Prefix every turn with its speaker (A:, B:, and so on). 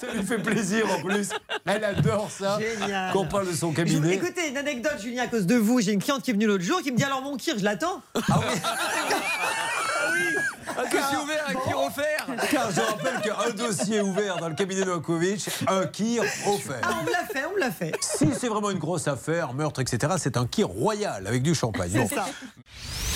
A: Ça lui fait plaisir en plus. Elle adore ça.
B: Génial.
A: Qu'on parle de son
B: Je vous-
A: cabinet.
B: écoutez, une anecdote, Julien, à cause de vous. J'ai une cliente qui est venue l'autre jour qui me dit Alors, mon kir, je l'attends.
C: Un dossier ouvert, un qui refaire
A: Car je rappelle qu'un dossier ouvert dans le cabinet de Novakovic, un kir
B: Ah,
A: offert.
B: on me l'a fait, on me l'a fait.
A: Si c'est vraiment une grosse affaire, meurtre, etc., c'est un kir royal avec du champagne. Bon.